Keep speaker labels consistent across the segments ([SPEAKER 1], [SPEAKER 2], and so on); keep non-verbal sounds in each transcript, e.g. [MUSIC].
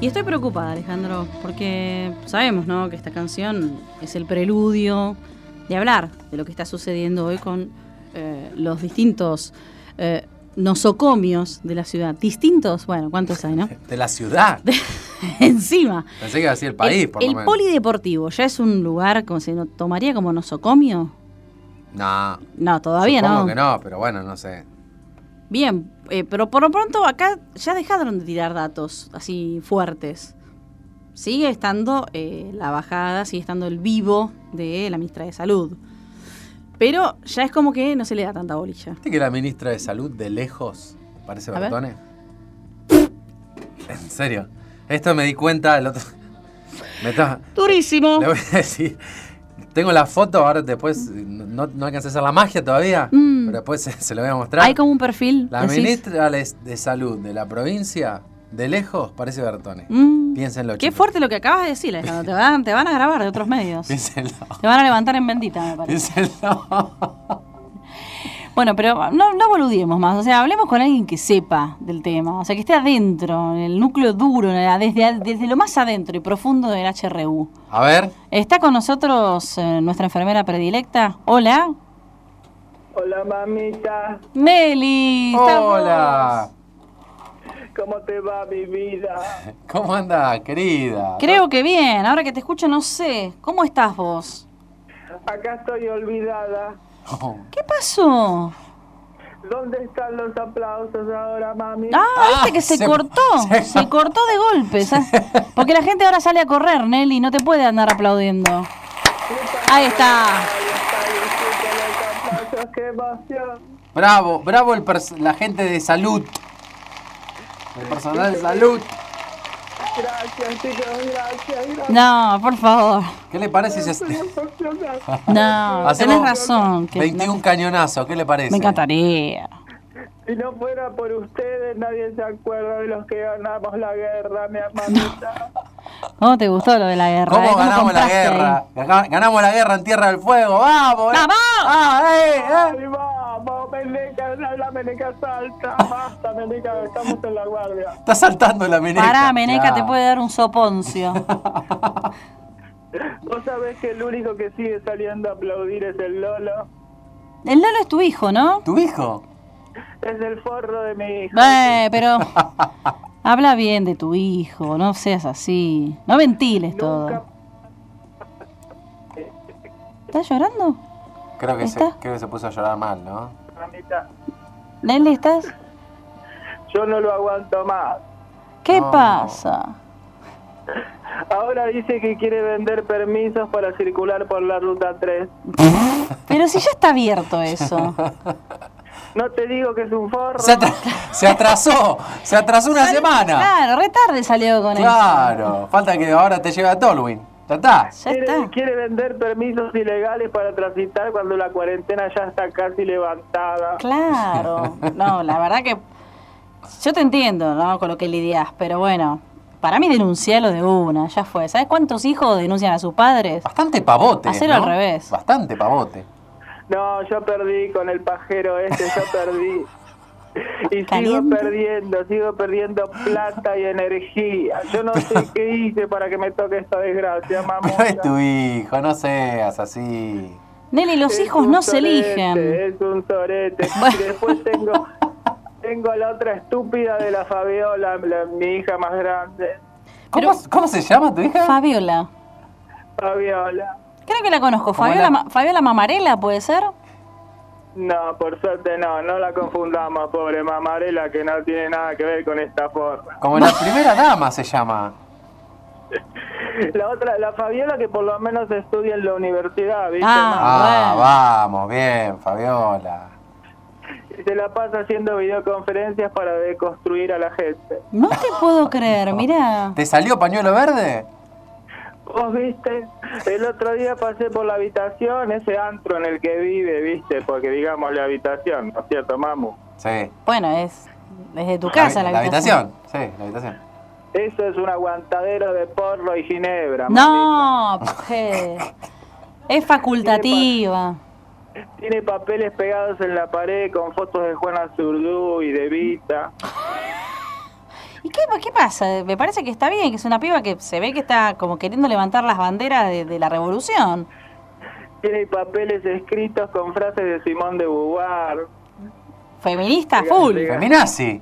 [SPEAKER 1] Y estoy preocupada, Alejandro, porque sabemos, ¿no? Que esta canción es el preludio de hablar de lo que está sucediendo hoy con eh, los distintos eh, nosocomios de la ciudad. Distintos, bueno, ¿cuántos
[SPEAKER 2] [LAUGHS]
[SPEAKER 1] hay, no? [LAUGHS]
[SPEAKER 2] De la ciudad.
[SPEAKER 1] De- encima.
[SPEAKER 2] Pensé que iba a decir el país,
[SPEAKER 1] el,
[SPEAKER 2] por lo
[SPEAKER 1] el
[SPEAKER 2] menos.
[SPEAKER 1] polideportivo ya es un lugar como se no- tomaría como nosocomio.
[SPEAKER 2] No.
[SPEAKER 1] No, todavía
[SPEAKER 2] supongo
[SPEAKER 1] no.
[SPEAKER 2] que no, pero bueno, no sé.
[SPEAKER 1] Bien, eh, pero por lo pronto acá ya dejaron de tirar datos así fuertes. Sigue estando eh, la bajada, sigue estando el vivo de la ministra de Salud. Pero ya es como que no se le da tanta bolilla.
[SPEAKER 2] ¿Viste que la ministra de Salud de lejos parece
[SPEAKER 1] A ver.
[SPEAKER 2] Bertone? En serio. Esto me di cuenta el otro... [LAUGHS] Me to-
[SPEAKER 1] Durísimo.
[SPEAKER 2] Le voy a decir... Tengo la foto, ahora después no, no alcancé a hacer la magia todavía,
[SPEAKER 1] Mm.
[SPEAKER 2] pero después se, se lo voy a mostrar.
[SPEAKER 1] Hay como un perfil.
[SPEAKER 2] La
[SPEAKER 1] decís.
[SPEAKER 2] ministra les- de Salud de la provincia, de lejos, parece Bertone.
[SPEAKER 1] Mm.
[SPEAKER 2] Piénsenlo,
[SPEAKER 1] Qué
[SPEAKER 2] chicos.
[SPEAKER 1] fuerte lo que acabas de decir, Alejandro. Te van, te van a grabar de otros medios. Te
[SPEAKER 2] Piénsenlo. [LAUGHS]
[SPEAKER 1] van a levantar en bendita, me parece.
[SPEAKER 2] Piénsenlo.
[SPEAKER 1] Bueno, pero no, no boludiemos más. O sea, hablemos con alguien que sepa del tema. O sea, que esté adentro, en el núcleo duro, en la- desde, desde lo más adentro y profundo del HRU.
[SPEAKER 2] A ver.
[SPEAKER 1] Está con nosotros eh, nuestra enfermera predilecta. Hola.
[SPEAKER 3] Hola mamita,
[SPEAKER 1] Meli. estamos.
[SPEAKER 2] Hola.
[SPEAKER 3] ¿cómo te va
[SPEAKER 1] [LAUGHS]
[SPEAKER 3] mi vida?
[SPEAKER 2] [LAUGHS] ¿Cómo anda, querida?
[SPEAKER 1] Creo que bien. Ahora que te escucho, no sé. ¿Cómo estás vos?
[SPEAKER 3] Acá estoy olvidada.
[SPEAKER 2] Oh.
[SPEAKER 1] ¿Qué pasó?
[SPEAKER 3] ¿Dónde están los aplausos ahora, mami?
[SPEAKER 1] Ah, viste
[SPEAKER 2] Ah,
[SPEAKER 1] que se,
[SPEAKER 2] se-
[SPEAKER 1] cortó. Se,
[SPEAKER 2] se-
[SPEAKER 1] cortó de golpe. ¿sabes? Porque la gente ahora sale a correr, Nelly. No te puede andar aplaudiendo. Ahí está.
[SPEAKER 3] Ahí están, escuchen los aplausos, qué emoción.
[SPEAKER 2] Bravo, bravo el pers- la gente de salud. El personal de salud.
[SPEAKER 3] Gracias, chicos, gracias, gracias.
[SPEAKER 1] No, por favor.
[SPEAKER 2] ¿Qué le parece si hace-
[SPEAKER 3] Soy emocionada.
[SPEAKER 1] No,
[SPEAKER 2] hacemos
[SPEAKER 1] tenés razón. que-
[SPEAKER 2] 21 cañonazos, ¿qué le parece?
[SPEAKER 1] me encantaría.
[SPEAKER 3] Si no fuera por ustedes, nadie se acuerda de los que ganamos la guerra, mi mamita.
[SPEAKER 1] ¿Cómo te gustó lo de la guerra? eh?
[SPEAKER 2] ¿Cómo ganamos la
[SPEAKER 1] compraste ahí?
[SPEAKER 2] guerra? Gana- Ganamos la guerra en Tierra del Fuego. ¡Vamos! eh!
[SPEAKER 1] ¡Vamos!
[SPEAKER 2] ¡Ah, eh, eh!
[SPEAKER 3] Ay, vamos, meneca, la meneca salta, basta, meneca, estamos en la guardia.
[SPEAKER 2] Está saltando la meneca.
[SPEAKER 1] Pará, Meneca,
[SPEAKER 2] Ya.
[SPEAKER 1] te puede dar un soponcio.
[SPEAKER 3] Vos sabés que el único que sigue saliendo a aplaudir es el Lolo.
[SPEAKER 1] El Lolo es tu hijo, ¿no?
[SPEAKER 2] ¿Tu hijo?
[SPEAKER 3] Es el forro de mi hijo.
[SPEAKER 1] Eh,
[SPEAKER 2] [LAUGHS]
[SPEAKER 1] pero. Habla bien de tu hijo, no seas así. No ventiles
[SPEAKER 3] Nunca
[SPEAKER 1] todo. ¿Estás llorando?
[SPEAKER 2] Creo que, se,
[SPEAKER 1] ¿Está?
[SPEAKER 2] creo que se puso a llorar mal, ¿no?
[SPEAKER 3] mamita.
[SPEAKER 1] Nelly, ¿estás?
[SPEAKER 3] Yo no lo aguanto más.
[SPEAKER 1] ¿Qué
[SPEAKER 2] No.
[SPEAKER 1] pasa?
[SPEAKER 3] Ahora dice que quiere vender permisos para circular por la ruta 3.
[SPEAKER 1] Pero si ya está abierto eso.
[SPEAKER 3] No te digo que es un forro.
[SPEAKER 2] Se, atra- se atrasó, se atrasó [LAUGHS] una semana.
[SPEAKER 1] Claro, retarde salió con
[SPEAKER 2] Claro, falta que ahora te lleve a Tolwyn. Ya está.
[SPEAKER 1] eso. Ya
[SPEAKER 3] Quiere,
[SPEAKER 1] está.
[SPEAKER 3] quiere vender permisos ilegales para transitar cuando la cuarentena ya está casi levantada.
[SPEAKER 1] Claro. No, la verdad que. Yo te entiendo, ¿no? Con lo que lidias, pero bueno. Para mí denuncialo de una, ya fue. ¿Sabes cuántos hijos denuncian a sus padres?
[SPEAKER 2] Bastante pavote.
[SPEAKER 1] Hacelo
[SPEAKER 2] ¿no?
[SPEAKER 1] al revés.
[SPEAKER 2] Bastante pavote.
[SPEAKER 3] No, yo perdí con el pajero este, yo perdí. Y sigo
[SPEAKER 1] Caliente.
[SPEAKER 3] perdiendo, sigo perdiendo plata y energía. Yo no sé qué hice para que me toque esta desgracia, mamá.
[SPEAKER 2] Pero es tu hijo, no seas así.
[SPEAKER 1] Nelly, los hijos no se eligen.
[SPEAKER 3] Es un sorete.
[SPEAKER 1] [LAUGHS] Bueno.
[SPEAKER 3] Y después tengo, tengo a la otra estúpida de la Fabiola, la- mi hija más grande.
[SPEAKER 2] ¿Cómo, cómo se llama tu hija?
[SPEAKER 1] Fabiola.
[SPEAKER 3] Fabiola.
[SPEAKER 1] Creo que la conozco.
[SPEAKER 2] ¿Cómo
[SPEAKER 1] Fabiola,
[SPEAKER 2] la-
[SPEAKER 1] Ma- Fabiola Mamarela, ¿puede ser?
[SPEAKER 3] No, por suerte no, no la confundamos, pobre mamarela, que no tiene nada que ver con esta forma.
[SPEAKER 2] Como la primera dama se llama.
[SPEAKER 3] La otra, la Fabiola que por lo menos estudia en la universidad, ¿viste?
[SPEAKER 1] Ah.
[SPEAKER 2] Ah,
[SPEAKER 1] bueno.
[SPEAKER 2] vamos, bien, Fabiola.
[SPEAKER 3] Y se la pasa haciendo videoconferencias para deconstruir a la gente.
[SPEAKER 1] No te [LAUGHS] puedo creer, mirá.
[SPEAKER 2] ¿Te salió pañuelo verde?
[SPEAKER 3] Vos viste, el otro día pasé por la habitación, ese antro en el que vive, viste, porque digamos la habitación, ¿no es cierto, mamu?
[SPEAKER 2] Sí.
[SPEAKER 1] Bueno, es desde tu casa la, habitación.
[SPEAKER 2] habitación. Sí, la habitación.
[SPEAKER 3] Eso es un aguantadero de porro y ginebra. mamita.
[SPEAKER 1] No, [LAUGHS] je. es facultativa.
[SPEAKER 3] Tiene papeles pegados en la pared con fotos de Juana Zurdú y de Vita.
[SPEAKER 1] ¿Y qué, qué pasa? Me parece que está bien, que es una piba que se ve que está como queriendo levantar las banderas de, de la revolución.
[SPEAKER 3] Tiene papeles escritos con frases de Simón de Beauvoir,
[SPEAKER 1] Feminista,
[SPEAKER 3] Diga,
[SPEAKER 1] full.
[SPEAKER 3] diga.
[SPEAKER 2] Feminazi.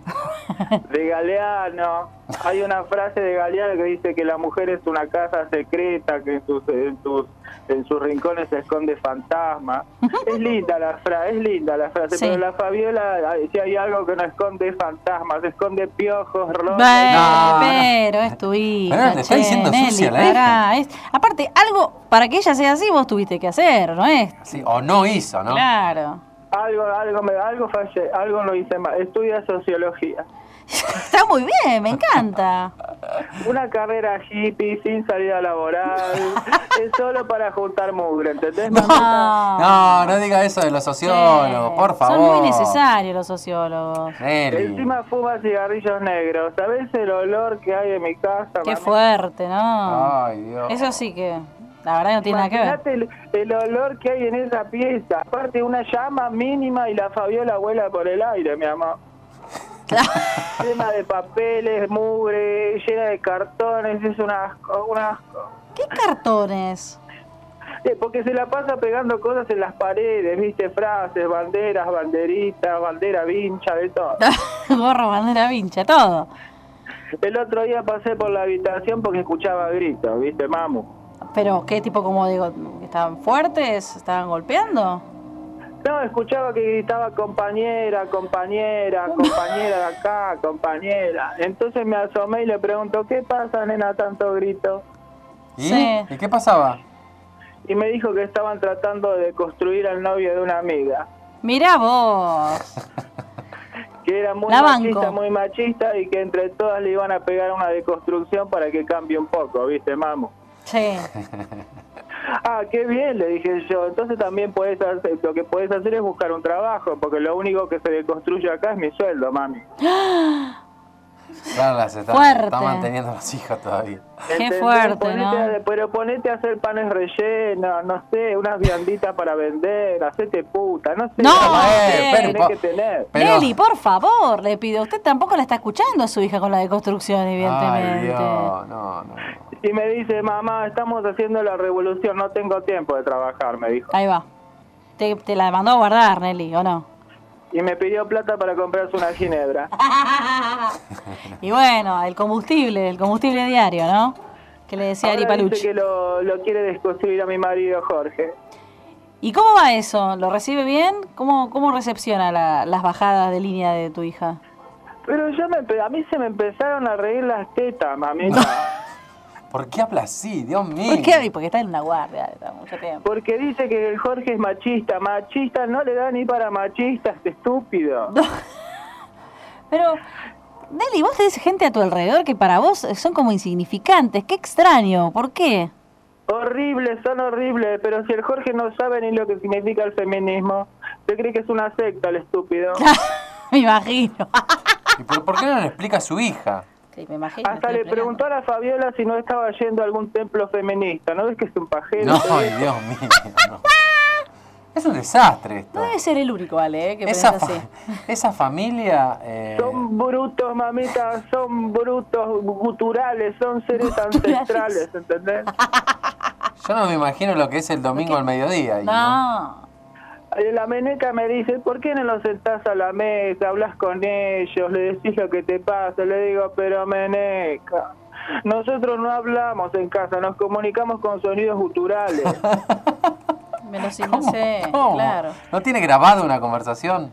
[SPEAKER 3] de Galeano. Hay una frase de Galeano que dice que la mujer es una casa secreta, que en sus, en sus, en sus rincones se esconde fantasma. Es linda la frase, es linda la frase,
[SPEAKER 1] Sí.
[SPEAKER 3] pero la Fabiola, ay, si hay algo que no esconde es fantasmas, esconde piojos,
[SPEAKER 1] Bueno,
[SPEAKER 3] rondas.
[SPEAKER 2] No, no.
[SPEAKER 1] pero es tu hija.
[SPEAKER 2] Pero te está
[SPEAKER 1] che,
[SPEAKER 2] diciendo
[SPEAKER 1] Nelly,
[SPEAKER 2] sucia la
[SPEAKER 1] pará, es- aparte, algo para que ella sea así vos tuviste que hacer, ¿no es?
[SPEAKER 2] Sí, o no hizo, ¿no?
[SPEAKER 1] Claro. [LAUGHS]
[SPEAKER 3] Algo, algo, me- algo fallé, algo lo hice mal. Estudia sociología.
[SPEAKER 1] está muy bien, me
[SPEAKER 2] [LAUGHS]
[SPEAKER 1] encanta.
[SPEAKER 3] Una carrera hippie sin salida laboral.
[SPEAKER 1] [LAUGHS]
[SPEAKER 3] es solo para juntar mugre, ¿entendés? mamita?
[SPEAKER 2] No, no diga eso de los sociólogos,
[SPEAKER 1] Sí,
[SPEAKER 2] por favor.
[SPEAKER 1] Son muy necesarios los sociólogos.
[SPEAKER 2] Nelly.
[SPEAKER 3] Encima fuma cigarrillos negros. ¿Sabés el olor que hay en mi casa?
[SPEAKER 1] Qué
[SPEAKER 3] mamá?
[SPEAKER 1] fuerte, ¿no?
[SPEAKER 2] Ay, Dios.
[SPEAKER 1] Eso sí que, la verdad, no tiene nada que ver.
[SPEAKER 3] Imaginate el, el olor que hay en esa pieza. Aparte, una llama mínima y la Fabiola vuela por el aire, mi amor.
[SPEAKER 1] [LAUGHS]
[SPEAKER 3] Llena de papeles, mugre, llena de cartones. Es un asco, un asco.
[SPEAKER 1] ¿Qué cartones? [LAUGHS]
[SPEAKER 3] Eh, Porque se la pasa pegando cosas en las paredes, viste, frases, banderas, banderitas, bandera vincha, de todo.
[SPEAKER 1] Gorro, bandera, vincha, todo.
[SPEAKER 3] El otro día pasé por la habitación porque escuchaba gritos, viste, mamu.
[SPEAKER 1] Pero, ¿qué tipo, como digo, estaban fuertes? ¿Estaban golpeando?
[SPEAKER 3] No, escuchaba que gritaba compañera,
[SPEAKER 1] [LAUGHS]
[SPEAKER 3] compañera, compañera de acá, compañera. Entonces me asomé y le pregunto, ¿qué pasa, nena, tanto grito?
[SPEAKER 2] ¿Y?
[SPEAKER 1] Sí.
[SPEAKER 2] ¿Y qué pasaba?
[SPEAKER 3] Y me dijo que estaban tratando de construir al novio de una amiga.
[SPEAKER 1] Mirá vos.
[SPEAKER 3] Que era muy
[SPEAKER 1] La
[SPEAKER 3] machista,
[SPEAKER 1] banco.
[SPEAKER 3] muy machista y que entre todas le iban a pegar una deconstrucción para que cambie un poco, viste, mamu.
[SPEAKER 1] Sí.
[SPEAKER 3] Ah, qué bien, le dije yo. Entonces también puedes hacer, lo que puedes hacer es buscar un trabajo, porque lo único que se deconstruye acá es mi sueldo, mami.
[SPEAKER 2] Claro, las está,
[SPEAKER 1] Fuerte.
[SPEAKER 2] está manteniendo a los hijos todavía.
[SPEAKER 1] Qué
[SPEAKER 3] ¿Entendés?
[SPEAKER 1] fuerte,
[SPEAKER 3] Ponete
[SPEAKER 1] ¿no?
[SPEAKER 3] a- pero ponete a hacer panes rellenos, no sé, unas vianditas para vender, hacete puta, no sé.
[SPEAKER 1] No,
[SPEAKER 3] algo
[SPEAKER 1] eh,
[SPEAKER 3] que
[SPEAKER 1] pero
[SPEAKER 3] tenés
[SPEAKER 2] po-
[SPEAKER 3] que tener.
[SPEAKER 2] [LAUGHS] Pero-
[SPEAKER 1] Nelly, por favor, le pido. Usted tampoco la está escuchando a su hija con la deconstrucción,
[SPEAKER 2] Ay,
[SPEAKER 1] evidentemente.
[SPEAKER 2] Dios, no, no.
[SPEAKER 3] Y me dice, mamá, estamos haciendo la revolución, no tengo tiempo de trabajar, me dijo.
[SPEAKER 1] Ahí va. Te, te la mandó a guardar, Nelly, ¿o no?
[SPEAKER 3] Y me pidió plata para comprarse una ginebra.
[SPEAKER 1] Y bueno, el combustible, el combustible diario, ¿no? Que le decía Ari
[SPEAKER 3] Ahora dice
[SPEAKER 1] Palucci.
[SPEAKER 3] que lo, lo quiere desconstruir a mi marido Jorge.
[SPEAKER 1] ¿Y cómo va eso? ¿Lo recibe bien? ¿Cómo, cómo recepciona la- las bajadas de línea de tu hija?
[SPEAKER 3] Pero yo me, empe- a mí se me empezaron a reír las
[SPEAKER 1] [LAUGHS]
[SPEAKER 3] tetas, mamita.
[SPEAKER 2] ¿Por qué habla así? Dios mío.
[SPEAKER 1] ¿Por qué? Y Porque está en una guardia está mucho tiempo.
[SPEAKER 3] Porque dice que el Jorge es machista. Machista no le da ni para machistas, estúpido.
[SPEAKER 1] Pero, Nelly, vos tenés gente a tu alrededor que para vos son como insignificantes. Qué extraño, ¿por qué? [LAUGHS]
[SPEAKER 3] Horribles, son horribles. Pero si el Jorge no sabe ni lo que significa el feminismo, se cree que es una secta el estúpido.
[SPEAKER 1] me imagino.
[SPEAKER 2] ¿Y por, por qué no le explica a su hija?
[SPEAKER 1] Sí, me imagino.
[SPEAKER 3] Hasta
[SPEAKER 1] estoy
[SPEAKER 3] le
[SPEAKER 1] explicando.
[SPEAKER 3] preguntó a la Fabiola si no estaba yendo a algún templo feminista. ¿No ves que es un pajero?
[SPEAKER 2] No, [LAUGHS] eh. ay, Dios mío. no. Es un desastre esto.
[SPEAKER 1] No debe ser el único, Ale, eh, que
[SPEAKER 2] esa,
[SPEAKER 1] piensa
[SPEAKER 2] fa-
[SPEAKER 1] así.
[SPEAKER 2] esa familia. eh,
[SPEAKER 3] Son brutos, mamita, son brutos, guturales, son seres ancestrales, ¿entendés?
[SPEAKER 2] yo no me imagino lo que es el domingo al mediodía. ahí, ¿no?
[SPEAKER 1] No.
[SPEAKER 3] Eh, La meneca me dice, ¿por qué no los sentás a la mesa, hablas con ellos, le decís lo que te pasa? Le digo, pero meneca, nosotros no hablamos en casa, nos comunicamos con
[SPEAKER 1] [LAUGHS]
[SPEAKER 3] sonidos guturales.
[SPEAKER 1] Me lo sin-
[SPEAKER 2] [LAUGHS] ¿Cómo?
[SPEAKER 1] sé,
[SPEAKER 2] ¿Cómo?
[SPEAKER 1] claro.
[SPEAKER 2] ¿No tiene grabado una conversación?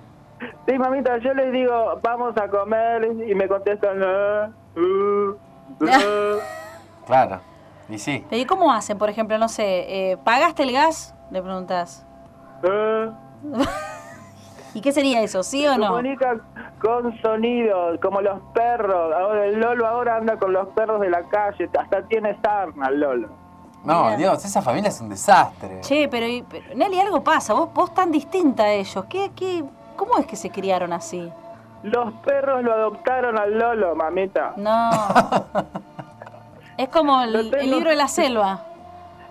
[SPEAKER 3] sí, mamita, yo les digo, vamos a comer, y me contestan, "Ah, uh, uh".
[SPEAKER 2] Claro. Y sí.
[SPEAKER 1] ¿Y cómo hacen, por ejemplo, no sé, eh, pagaste el gas? Le preguntas.
[SPEAKER 3] "Ah".
[SPEAKER 1] ¿Y qué sería eso, [LAUGHS] sí o no?
[SPEAKER 3] comunican con sonidos, como los perros. Ahora el Lolo ahora anda con los perros de la calle, hasta tiene sarna el Lolo.
[SPEAKER 2] No,
[SPEAKER 1] Mirá.
[SPEAKER 2] Dios, esa familia es un desastre. [LAUGHS]
[SPEAKER 1] Che, pero, y- pero, Nelly, algo pasa, vos, vos tan distinta a ellos. ¿Qué, qué, ¿Cómo es que se criaron así?
[SPEAKER 3] Los perros lo adoptaron al Lolo, mamita.
[SPEAKER 1] No. es como el,
[SPEAKER 3] Lo tengo.
[SPEAKER 1] el libro de la selva.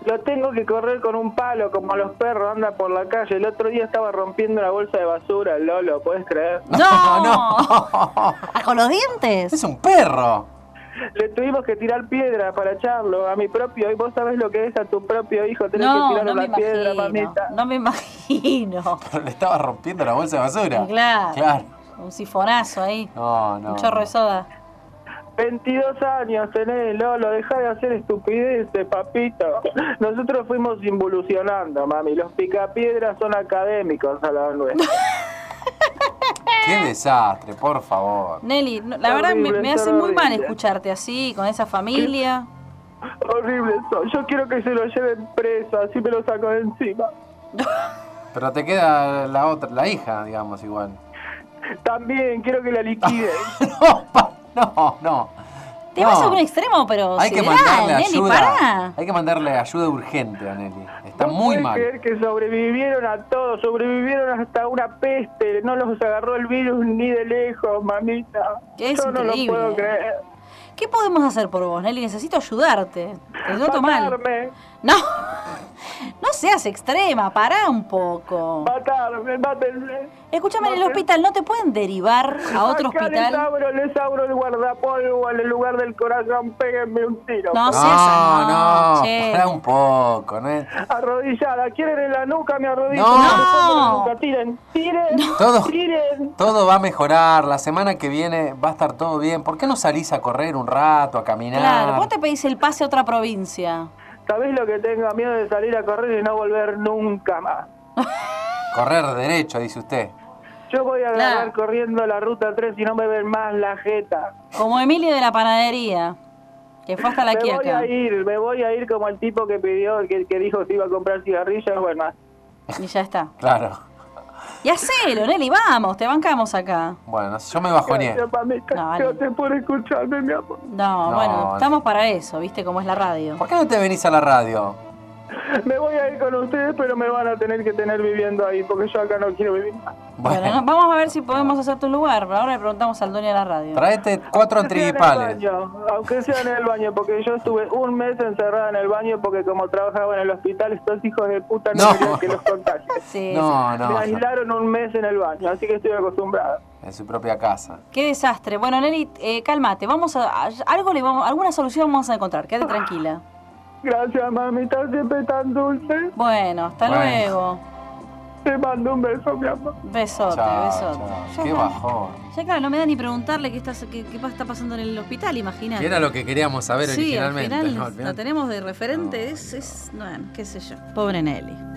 [SPEAKER 3] lo tengo que correr con un palo, como los perros, anda por la calle. El otro día estaba rompiendo una bolsa de basura, el Lolo, ¿puedes creer?
[SPEAKER 4] ¡No!
[SPEAKER 2] no.
[SPEAKER 1] Ah, [LAUGHS] con los dientes.
[SPEAKER 2] Es un perro. [LAUGHS]
[SPEAKER 3] Le tuvimos que tirar piedra para echarlo a mi propio, y vos sabés lo que es a tu propio hijo, tenés que
[SPEAKER 1] No,
[SPEAKER 3] tirar
[SPEAKER 1] no me
[SPEAKER 3] la piedra,
[SPEAKER 1] imagino.
[SPEAKER 3] mamita.
[SPEAKER 1] No me imagino.
[SPEAKER 2] Pero le estaba rompiendo la bolsa de basura.
[SPEAKER 1] Claro.
[SPEAKER 2] Claro.
[SPEAKER 1] Un sifonazo ahí.
[SPEAKER 2] No, no.
[SPEAKER 1] un chorro de soda.
[SPEAKER 3] 22 años tenés, Lolo, dejá de hacer estupideces, papito. Nosotros fuimos involucionando, mami. Los picapiedras son académicos a la nuez.
[SPEAKER 2] Qué desastre, por favor.
[SPEAKER 1] Nelly, no- la verdad me,
[SPEAKER 3] Horrible,
[SPEAKER 1] me hace muy mal
[SPEAKER 3] horrible.
[SPEAKER 1] escucharte así, con esa familia.
[SPEAKER 3] Horrible eso. Yo quiero que se lo lleven preso, así me lo saco de encima.
[SPEAKER 2] Pero te queda la otra, la hija, digamos, igual. [LAUGHS]
[SPEAKER 3] También quiero que la liquiden.
[SPEAKER 2] Ah, No, pa- no, no.
[SPEAKER 1] Te
[SPEAKER 2] No.
[SPEAKER 1] vas a un extremo, pero
[SPEAKER 2] Hay que
[SPEAKER 1] sideral,
[SPEAKER 2] mandarle
[SPEAKER 1] Nelly,
[SPEAKER 2] ayuda.
[SPEAKER 1] pará.
[SPEAKER 2] Hay que mandarle ayuda urgente a Nelly. Está
[SPEAKER 3] ¿Vos
[SPEAKER 2] muy
[SPEAKER 3] podés
[SPEAKER 2] mal.
[SPEAKER 3] creer que sobrevivieron a todo, sobrevivieron hasta una peste. No los agarró el virus ni de lejos, mamita.
[SPEAKER 1] Es
[SPEAKER 3] Yo
[SPEAKER 1] increíble.
[SPEAKER 3] no lo puedo creer.
[SPEAKER 1] ¿Qué podemos hacer por vos, Nelly? Necesito ayudarte. Te noto mal.
[SPEAKER 3] Matarme,
[SPEAKER 1] No. [LAUGHS] No seas extrema, pará un poco.
[SPEAKER 3] matarme, mátenme.
[SPEAKER 1] Escúchame, en el
[SPEAKER 3] no sé.
[SPEAKER 1] hospital no te pueden
[SPEAKER 3] [LAUGHS]
[SPEAKER 1] derivar a otro
[SPEAKER 3] Acá Les
[SPEAKER 1] hospital.
[SPEAKER 3] abro, les abro el guardapolvo en el lugar del corazón, péguenme un tiro.
[SPEAKER 1] No,
[SPEAKER 2] No,
[SPEAKER 1] seas- no,
[SPEAKER 2] no,
[SPEAKER 1] che.
[SPEAKER 2] pará un poco. No es-
[SPEAKER 3] Arrodillada, quieren en la nuca, me arrodillo.
[SPEAKER 2] No.
[SPEAKER 1] No.
[SPEAKER 3] Me arrodillo en la nuca, tiren, tiren,
[SPEAKER 2] Todo-
[SPEAKER 3] tiren.
[SPEAKER 2] Todo va a mejorar, la semana que viene va a estar todo bien. ¿Por qué no salís a correr un rato, a caminar?
[SPEAKER 1] Claro, vos te pedís el pase a otra provincia.
[SPEAKER 3] ¿Sabés lo que tengo miedo de salir a correr y no volver nunca más?
[SPEAKER 2] Correr derecho, dice usted.
[SPEAKER 3] Yo voy a agarrar
[SPEAKER 1] Claro.
[SPEAKER 3] corriendo la ruta 3 y no me ven más la jeta.
[SPEAKER 1] Como Emilio de la panadería, que fue hasta la
[SPEAKER 3] me voy
[SPEAKER 1] quiaca.
[SPEAKER 3] a ir, me voy a ir como el tipo que pidió, que, que dijo que iba a comprar cigarrillos, bueno.
[SPEAKER 1] Y ya está.
[SPEAKER 2] Claro.
[SPEAKER 1] Y hacelo, Nelly, vamos, te bancamos acá.
[SPEAKER 2] Bueno, no sé, yo me bajoneé.
[SPEAKER 3] Gracias, mamita,
[SPEAKER 1] No, vale.
[SPEAKER 3] gracias por escucharme, mi amor.
[SPEAKER 1] No,
[SPEAKER 2] No,
[SPEAKER 1] bueno,
[SPEAKER 2] no.
[SPEAKER 1] estamos para eso, viste cómo es la radio.
[SPEAKER 2] ¿Por qué no te venís a la radio?
[SPEAKER 3] Me voy a ir con ustedes, pero me van a tener que tener viviendo ahí, porque yo acá no quiero vivir más.
[SPEAKER 1] Bueno, no, vamos a ver si podemos hacer tu lugar. pero Ahora le preguntamos al dueño de la radio.
[SPEAKER 2] [LAUGHS] traete cuatro
[SPEAKER 3] Aunque sea en el
[SPEAKER 2] antriguipales.
[SPEAKER 3] baño, Aunque sea en el baño, porque yo estuve un mes encerrada en el baño, porque como trabajaba en el hospital, estos hijos de puta no,
[SPEAKER 2] No.
[SPEAKER 3] querían que los contagie.
[SPEAKER 1] Sí, sí.
[SPEAKER 2] No,
[SPEAKER 3] Me
[SPEAKER 2] no, no,
[SPEAKER 3] aislaron un mes en el baño, así que estoy acostumbrada.
[SPEAKER 2] en su propia casa.
[SPEAKER 1] Qué desastre. Bueno, Nelly, eh, cálmate. Vamos a, a- algo le vamos, alguna solución vamos a encontrar. Quédate tranquila.
[SPEAKER 3] Gracias, mamita, siempre tan dulce.
[SPEAKER 1] Bueno, hasta
[SPEAKER 2] Bueno.
[SPEAKER 1] luego.
[SPEAKER 3] Te mando un beso, mi amor.
[SPEAKER 1] Besote,
[SPEAKER 2] Chao,
[SPEAKER 1] besote.
[SPEAKER 2] chao.
[SPEAKER 1] Ya
[SPEAKER 2] Qué
[SPEAKER 1] está.
[SPEAKER 2] bajón.
[SPEAKER 4] Ya claro, no me da ni preguntarle qué, estás, qué, qué está pasando en el hospital, imagínate.
[SPEAKER 1] Ah.
[SPEAKER 2] Que era lo que queríamos saber
[SPEAKER 4] sí,
[SPEAKER 2] originalmente.
[SPEAKER 4] al final
[SPEAKER 2] ¿no? Al
[SPEAKER 4] la
[SPEAKER 2] final-
[SPEAKER 4] tenemos de referente, es, es, bueno, qué sé yo. Pobre Nelly.